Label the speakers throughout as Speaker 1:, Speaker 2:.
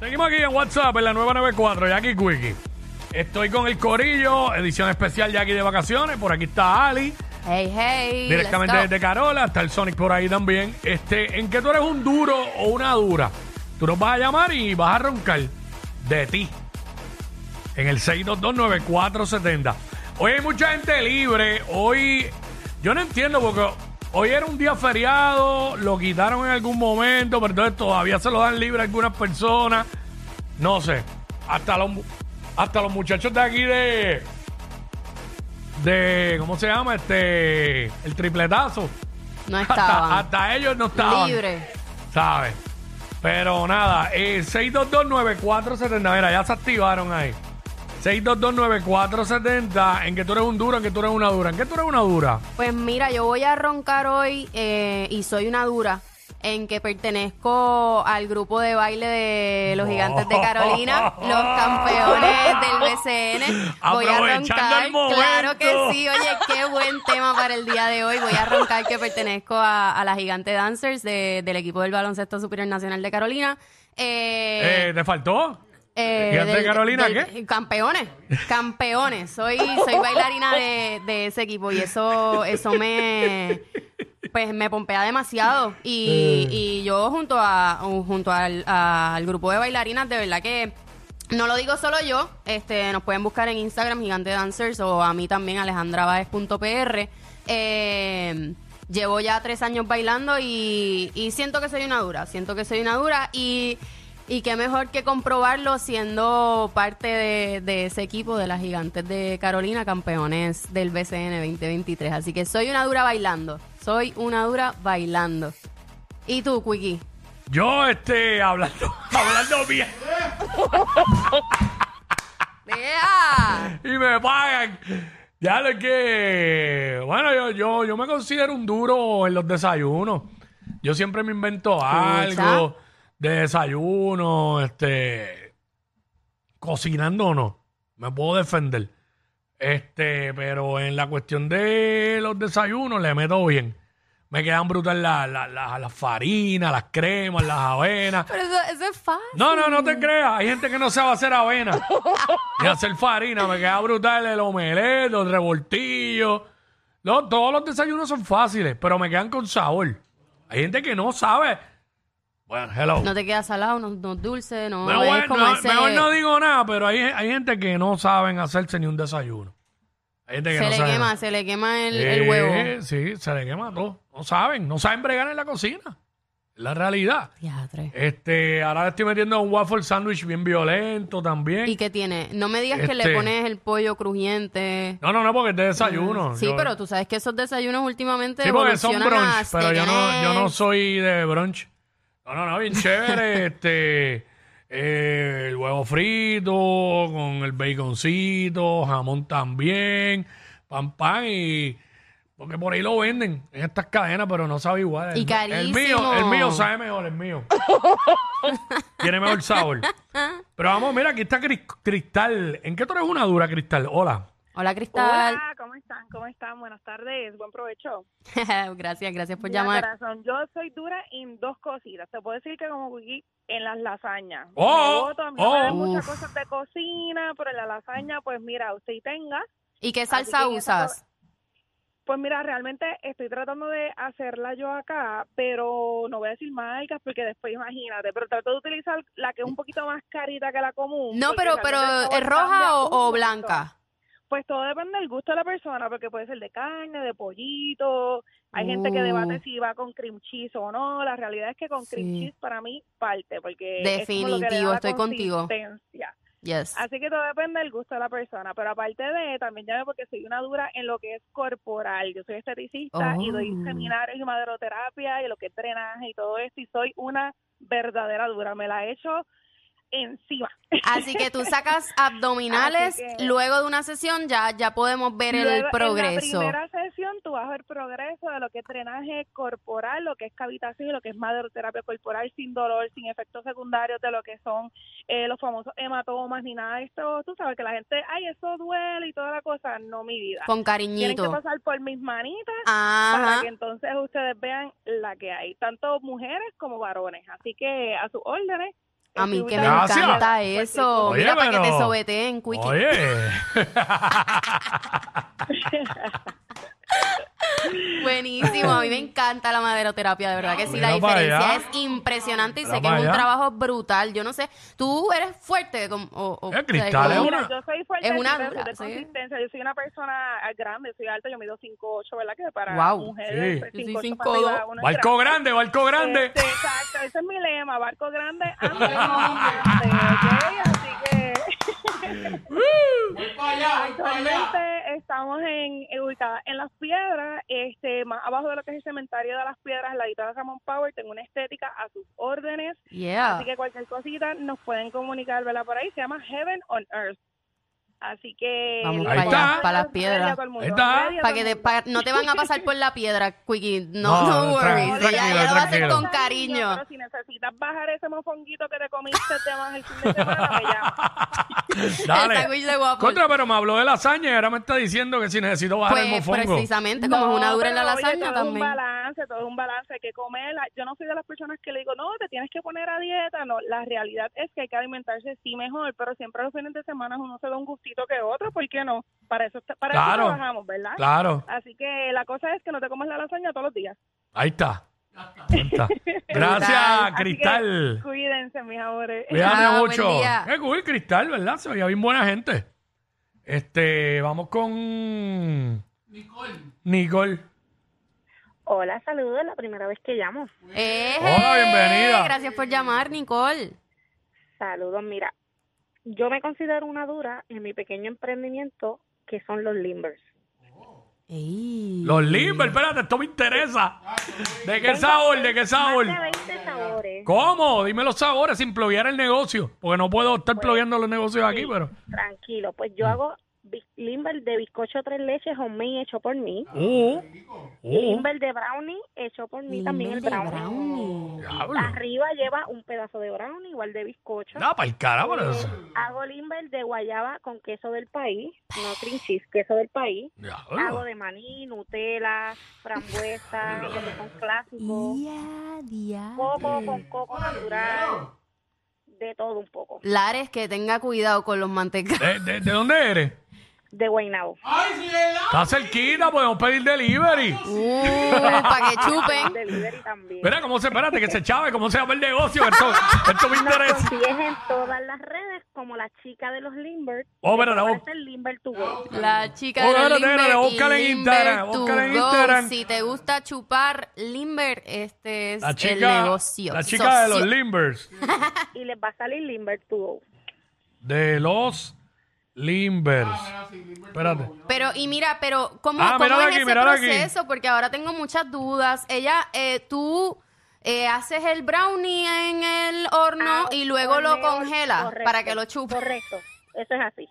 Speaker 1: Seguimos aquí en WhatsApp en la 994, Jackie Quickie. Estoy con el Corillo, edición especial Jackie de vacaciones. Por aquí está Ali,
Speaker 2: Hey, hey.
Speaker 1: directamente
Speaker 2: let's go.
Speaker 1: desde Carola. Está el Sonic por ahí también. Este, ¿En qué tú eres un duro o una dura? Tú nos vas a llamar y vas a roncar de ti. En el 6229470. Hoy hay mucha gente libre. Hoy, yo no entiendo porque hoy era un día feriado, lo quitaron en algún momento, pero entonces todavía se lo dan libre a algunas personas. No sé. Hasta los, mu- hasta los muchachos de aquí de. De. ¿Cómo se llama? Este. El tripletazo.
Speaker 2: No
Speaker 1: Hasta,
Speaker 2: estaban.
Speaker 1: hasta ellos no estaban.
Speaker 2: Libre.
Speaker 1: ¿Sabes? Pero nada, eh, 6229470. Mira, ya se activaron ahí. 6229470. En que tú eres un duro, en que tú eres una dura. En que tú eres una dura.
Speaker 2: Pues mira, yo voy a roncar hoy eh, y soy una dura en que pertenezco al grupo de baile de los gigantes de Carolina, los campeones del BCN. Voy a
Speaker 1: Aprovechando
Speaker 2: roncar,
Speaker 1: el momento.
Speaker 2: claro que sí, oye, qué buen tema para el día de hoy. Voy a roncar que pertenezco a, a la gigante dancers de- del equipo del baloncesto superior nacional de Carolina. Eh,
Speaker 1: Eh, ¿Te faltó?
Speaker 2: Eh,
Speaker 1: ¿Gigante de Carolina qué?
Speaker 2: Campeones, campeones. Soy, soy bailarina de, de ese equipo y eso, eso me, pues me pompea demasiado. Y, y yo junto a, junto al, al grupo de bailarinas, de verdad que no lo digo solo yo. Este, nos pueden buscar en Instagram Gigante Dancers o a mí también alejandrabaez.pr. Eh, llevo ya tres años bailando y, y siento que soy una dura. Siento que soy una dura y y qué mejor que comprobarlo siendo parte de, de ese equipo de las gigantes de Carolina, campeones del BCN 2023. Así que soy una dura bailando. Soy una dura bailando. ¿Y tú, Quiki?
Speaker 1: Yo, este, hablando, hablando bien.
Speaker 2: ¡Vea!
Speaker 1: y me pagan. Ya lo que. Bueno, yo, yo, yo me considero un duro en los desayunos. Yo siempre me invento algo de desayuno, este. Cocinando o no. Me puedo defender. Este, pero en la cuestión de los desayunos le meto bien. Me quedan brutal la- la- la- las farinas, las cremas, las avenas.
Speaker 2: Pero eso, eso es fácil.
Speaker 1: No, no, no te creas. Hay gente que no sabe hacer avena. Ni hacer farina. Me queda brutal el omelette, los revoltillos. No, todos los desayunos son fáciles, pero me quedan con sabor. Hay gente que no sabe. Bueno, hello.
Speaker 2: No te queda salado, no, no es dulce, no
Speaker 1: Pero
Speaker 2: es
Speaker 1: bueno,
Speaker 2: como
Speaker 1: no-
Speaker 2: ese
Speaker 1: mejor no digo nada, pero hay, hay gente que no saben hacerse ni un desayuno. Hay gente que
Speaker 2: se
Speaker 1: no
Speaker 2: le
Speaker 1: sabe.
Speaker 2: quema, se le quema el, el huevo.
Speaker 1: Eh, Sí, se le quema todo. No saben, no saben bregar en la cocina. Es la realidad.
Speaker 2: Diatre.
Speaker 1: Este, ahora le estoy metiendo un waffle sandwich bien violento también.
Speaker 2: ¿Y qué tiene? No me digas que
Speaker 1: Eh. Este-
Speaker 2: le pones el pollo crujiente.
Speaker 1: No, no, no, porque es de desayuno.
Speaker 2: Sí,
Speaker 1: Yo-
Speaker 2: pero tú sabes que esos desayunos últimamente
Speaker 1: Sí, porque son
Speaker 2: evolucionan a
Speaker 1: brunch, pero yo
Speaker 2: steak
Speaker 1: no,
Speaker 2: and
Speaker 1: yo no
Speaker 2: eggs.
Speaker 1: soy de brunch. No, no, no, bien chévere, este, eh, el huevo frito con el baconcito, jamón también, pan pan y... Porque por ahí lo venden en estas cadenas, pero no sabe igual. El-
Speaker 2: Y
Speaker 1: El
Speaker 2: carísimo.
Speaker 1: mío, el mío sabe mejor, el mío. Tiene mejor sabor. Pero vamos, mira, aquí está Cris- Cristal. ¿En qué tú eres una dura, Cristal? Hola.
Speaker 2: Hola, Cristal.
Speaker 3: Hola, ¿cómo están? ¿Cómo están? Buenas tardes, buen provecho.
Speaker 2: gracias, gracias por
Speaker 3: Mira,
Speaker 2: Pues llamar.
Speaker 3: corazón, yo soy dura en dos cositas. Te puedo decir que como Wiki en las lasañas.
Speaker 1: Oh,
Speaker 3: Me boto, a mí
Speaker 1: oh.
Speaker 3: no me dan muchas
Speaker 2: Uf.
Speaker 3: cosas de cocina, pero en la lasaña, pues mira, usted y tenga.
Speaker 2: ¿Y qué
Speaker 3: Así
Speaker 2: salsa
Speaker 3: que en esa
Speaker 2: usas?
Speaker 3: Pues mira, realmente estoy tratando de hacerla yo acá, pero no voy a decir marcas porque después imagínate, pero trato de utilizar la que es un poquito más carita que la común.
Speaker 2: No,
Speaker 3: porque
Speaker 2: pero, pero
Speaker 3: realmente el sabor
Speaker 2: ¿es roja
Speaker 3: cambia
Speaker 2: o, o
Speaker 3: un montón.
Speaker 2: blanca?
Speaker 3: Pues todo depende del gusto de la persona, porque puede ser de carne, de pollito. Hay gente que debate
Speaker 2: Uh.
Speaker 3: si va con cream cheese o no. La realidad es que con cream
Speaker 2: Sí.
Speaker 3: cheese para mí parte, porque es como lo que le da
Speaker 2: Definitivo,
Speaker 3: la
Speaker 2: estoy contigo.
Speaker 3: consistencia.
Speaker 2: Yes.
Speaker 3: Así que todo depende del gusto de la persona. Pero aparte de, también ya porque soy una dura en lo que es corporal. Yo soy esteticista y doy
Speaker 2: Oh.
Speaker 3: seminarios y maderoterapia y lo que es drenaje y todo esto. Y soy una verdadera dura. Me la he hecho encima.
Speaker 2: Así que tú sacas abdominales,
Speaker 3: Así que-
Speaker 2: luego de una sesión ya, ya podemos ver
Speaker 3: Luego,
Speaker 2: el progreso.
Speaker 3: En la primera sesión tú vas a ver progreso de lo que es drenaje corporal, lo que es cavitación y lo que es maderoterapia corporal sin dolor, sin efectos secundarios de lo que son eh, los famosos hematomas ni nada de esto. Tú sabes que la gente, ay, eso duele y toda la cosa. No, mi vida.
Speaker 2: Con
Speaker 3: Tienen que
Speaker 2: cariñito. Ah,
Speaker 3: pasar por mis manitas para
Speaker 2: Ajá.
Speaker 3: que entonces ustedes vean la que hay, tanto mujeres como varones. Así que a sus órdenes. pues
Speaker 2: A mí que me
Speaker 1: Gracias.
Speaker 2: encanta eso.
Speaker 1: Oye,
Speaker 2: Mira, para que te
Speaker 1: pero-
Speaker 2: sobeteen, Quickie.
Speaker 1: Oye,
Speaker 2: Buenísimo, a mí me encanta la maderoterapia, de verdad que sí, la
Speaker 1: Mira para
Speaker 2: diferencia
Speaker 1: allá.
Speaker 2: es impresionante y
Speaker 1: Mira
Speaker 2: sé que
Speaker 1: para
Speaker 2: es un
Speaker 1: allá.
Speaker 2: trabajo brutal. Yo no sé, tú eres fuerte como... O, o-
Speaker 1: Eh,
Speaker 2: o sea,
Speaker 1: Cristal es
Speaker 2: como-
Speaker 1: una-
Speaker 3: Yo soy fuerte,
Speaker 2: Es una
Speaker 3: sí, pero soy
Speaker 2: dura,
Speaker 3: de
Speaker 2: sí.
Speaker 3: consistencia. Yo soy una persona grande, soy alta, yo mido 5'8", ¿verdad? Que para
Speaker 2: Guau.
Speaker 1: Sí.
Speaker 3: mujeres, pues,
Speaker 2: Yo soy
Speaker 3: 5'8" para
Speaker 2: 5'2".
Speaker 3: arriba, uno es
Speaker 1: barco
Speaker 3: grande.
Speaker 1: grande, barco grande.
Speaker 3: Este, exacto, ese es mi lema, barco grande, ando grande, ¿ok? Así que actualmente estamos en, eh, ubicadas en Las Piedras, este, más abajo de lo que es el cementerio de Las Piedras, la guitarra Ramón Power, tengo una estética a sus órdenes,
Speaker 2: Yeah.
Speaker 3: así que cualquier cosita nos pueden comunicar, ¿verdad? Por ahí, se llama Heaven on Earth. Así que...
Speaker 2: Vamos
Speaker 1: para allá,
Speaker 2: para Las
Speaker 3: Media,
Speaker 2: Piedras.
Speaker 3: todo el mundo,
Speaker 1: Ahí está.
Speaker 2: Para
Speaker 3: media, todo
Speaker 2: que
Speaker 3: el
Speaker 2: te-
Speaker 3: mundo.
Speaker 2: pa- no te van a pasar por la piedra, Quickie. No,
Speaker 1: No,
Speaker 2: no,
Speaker 1: no,
Speaker 2: worries.
Speaker 1: tranquilo,
Speaker 2: Ella, ella lo va a hacer
Speaker 1: tranquilo,
Speaker 2: con cariño.
Speaker 3: Pero si necesitas bajar ese mofonguito que te comiste te vas el fin de semana, pues me llamas.
Speaker 2: El
Speaker 1: Dale.
Speaker 2: sándwich de waffle.
Speaker 1: Contra, pero me habló de lasaña y ahora me está diciendo que si necesito bajar el
Speaker 2: Pues
Speaker 1: mofongo.
Speaker 2: precisamente, como es una dura en la
Speaker 3: No, pero, oye,
Speaker 2: lasaña
Speaker 3: todo es un
Speaker 2: también.
Speaker 3: balance, todo es un balance, hay que comer. Yo no soy de las personas que le digo, no, te tienes que poner a dieta. No, la realidad es que hay que alimentarse sí mejor, pero siempre los fines de semana uno se da un gustito que otro, ¿por qué no? Para eso, para
Speaker 1: Claro.
Speaker 3: eso trabajamos, ¿verdad?
Speaker 1: Claro,
Speaker 3: Así que la cosa es que no te comas la lasaña todos los días.
Speaker 1: ahí está. Ahí está.
Speaker 2: Brutal.
Speaker 1: Gracias,
Speaker 3: Así que
Speaker 1: Cristal.
Speaker 3: Cuídense, mis amores.
Speaker 1: Cuídate
Speaker 2: Ah, buen
Speaker 1: mucho.
Speaker 2: día.
Speaker 1: Qué cool, Cristal, ¿verdad? Se veía bien buena gente. Este, vamos con. Nicole. Nicole.
Speaker 4: Hola, saludos, la primera vez que llamo.
Speaker 2: ¡Eje!
Speaker 1: Hola, bienvenida.
Speaker 2: Eh, Gracias por llamar, Nicole.
Speaker 4: Saludos, mira, yo me considero una dura en mi pequeño emprendimiento que son los limbers.
Speaker 2: Ey.
Speaker 1: Los Limber, espérate, esto me interesa. ¿De qué sabor? ¿De qué sabor?
Speaker 4: Más de 20 sabores.
Speaker 1: ¿Cómo? Dime los sabores sin ploguear el negocio. Porque no puedo estar plogueando los negocios aquí, pero.
Speaker 4: Tranquilo, pues
Speaker 1: Mm.
Speaker 4: yo hago bis- limber de bizcocho tres leches homemade hecho por mí.
Speaker 1: Uh, uh,
Speaker 4: Limber de brownie hecho por mí también el
Speaker 2: Limber de
Speaker 4: brownie.
Speaker 2: brownie.
Speaker 1: diablo.
Speaker 4: Arriba lleva un pedazo de brownie igual de bizcocho. Eh,
Speaker 1: No, para el cara, por eso.
Speaker 4: Hago limber de guayaba con queso del país, no cream cheese, queso del país. Hago
Speaker 1: Diablo.
Speaker 4: de maní, Nutella, frambuesa, porque son clásicos.
Speaker 2: Ya, dia-
Speaker 4: Coco con coco natural. De todo un poco.
Speaker 2: Lares, que tenga cuidado con los mantecados.
Speaker 1: ¿De, de, de dónde eres?
Speaker 4: De Guaynabo.
Speaker 1: Ah. Está cerquita, podemos pedir delivery.
Speaker 2: Uh, para que chupen.
Speaker 4: Delivery también.
Speaker 1: Mira, ¿cómo se? Espérate, que se chave, ¿cómo se llama el negocio? Esto, esto me
Speaker 4: Nos
Speaker 1: interesa.
Speaker 4: consigues en todas las redes como la chica de los Limbert.
Speaker 1: Oh, pero no.
Speaker 4: Es el Limbert to go.
Speaker 2: La chica
Speaker 1: Oh,
Speaker 2: de los
Speaker 1: dale, dale,
Speaker 2: Limber y
Speaker 1: búscala en
Speaker 2: Limber
Speaker 1: Instagram,
Speaker 2: to
Speaker 1: búscala en
Speaker 2: go.
Speaker 1: Instagram.
Speaker 2: Si te gusta chupar Limber, este es
Speaker 1: La
Speaker 2: el
Speaker 1: chica,
Speaker 2: negocio.
Speaker 1: la chica de los
Speaker 2: Socio.
Speaker 1: Limbers.
Speaker 4: Y les va a salir Limbert to go.
Speaker 1: De los Limbers. Espérate.
Speaker 2: Pero, y mira, pero, ¿cómo,
Speaker 1: Ah,
Speaker 2: cómo
Speaker 1: mírala
Speaker 2: es
Speaker 1: aquí,
Speaker 2: ese
Speaker 1: mírala aquí.
Speaker 2: proceso? Porque ahora tengo muchas dudas. Ella, eh, tú eh, haces el brownie en el horno
Speaker 4: Hago
Speaker 2: y luego lo
Speaker 4: horneo-
Speaker 2: congelas
Speaker 4: Ah, correcto,
Speaker 2: para que lo chupes.
Speaker 4: Correcto. Eso es así.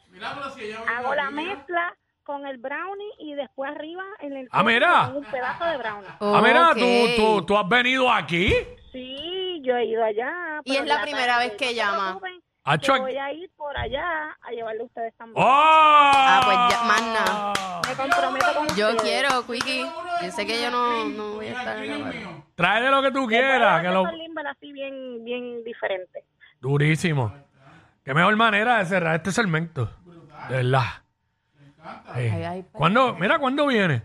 Speaker 4: Hago la mezcla con el brownie y después arriba en el
Speaker 1: Ah, mira.
Speaker 4: pongo un pedazo de brownie.
Speaker 1: Ah, mira,
Speaker 2: Ok.
Speaker 1: tú, tú, tú has venido aquí.
Speaker 4: Sí, yo he ido allá.
Speaker 2: Y
Speaker 4: pero
Speaker 2: es la
Speaker 4: ya
Speaker 2: primera
Speaker 4: tarde,
Speaker 2: vez que
Speaker 4: no se
Speaker 2: llama.
Speaker 4: preocupen,
Speaker 1: Hacho,
Speaker 4: que voy a ir por allá a llevarle a ustedes también.
Speaker 1: Ah, ¡Oh!
Speaker 2: pues ya, más
Speaker 1: Ah.
Speaker 2: nada.
Speaker 4: Me comprometo con
Speaker 2: Yo
Speaker 4: ustedes.
Speaker 2: quiero, Quickie. Yo sé que yo no, no voy a estar acá, pero-
Speaker 1: Trae de lo que tú
Speaker 4: Voy a
Speaker 1: quieras.
Speaker 4: hacer
Speaker 1: Que lo...
Speaker 4: esos limbal así bien, bien diferente.
Speaker 1: Durísimo. Qué mejor manera de cerrar este segmento. De verdad. Sí.
Speaker 2: Ay, ay, pa-
Speaker 1: ¿Cuándo? Mira, ¿cuándo viene?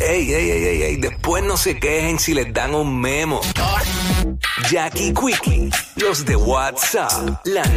Speaker 5: Ey, ey, ey, ey, ey, después no se quejen si les dan un memo. Jackie Quickie, los de WhatsApp, la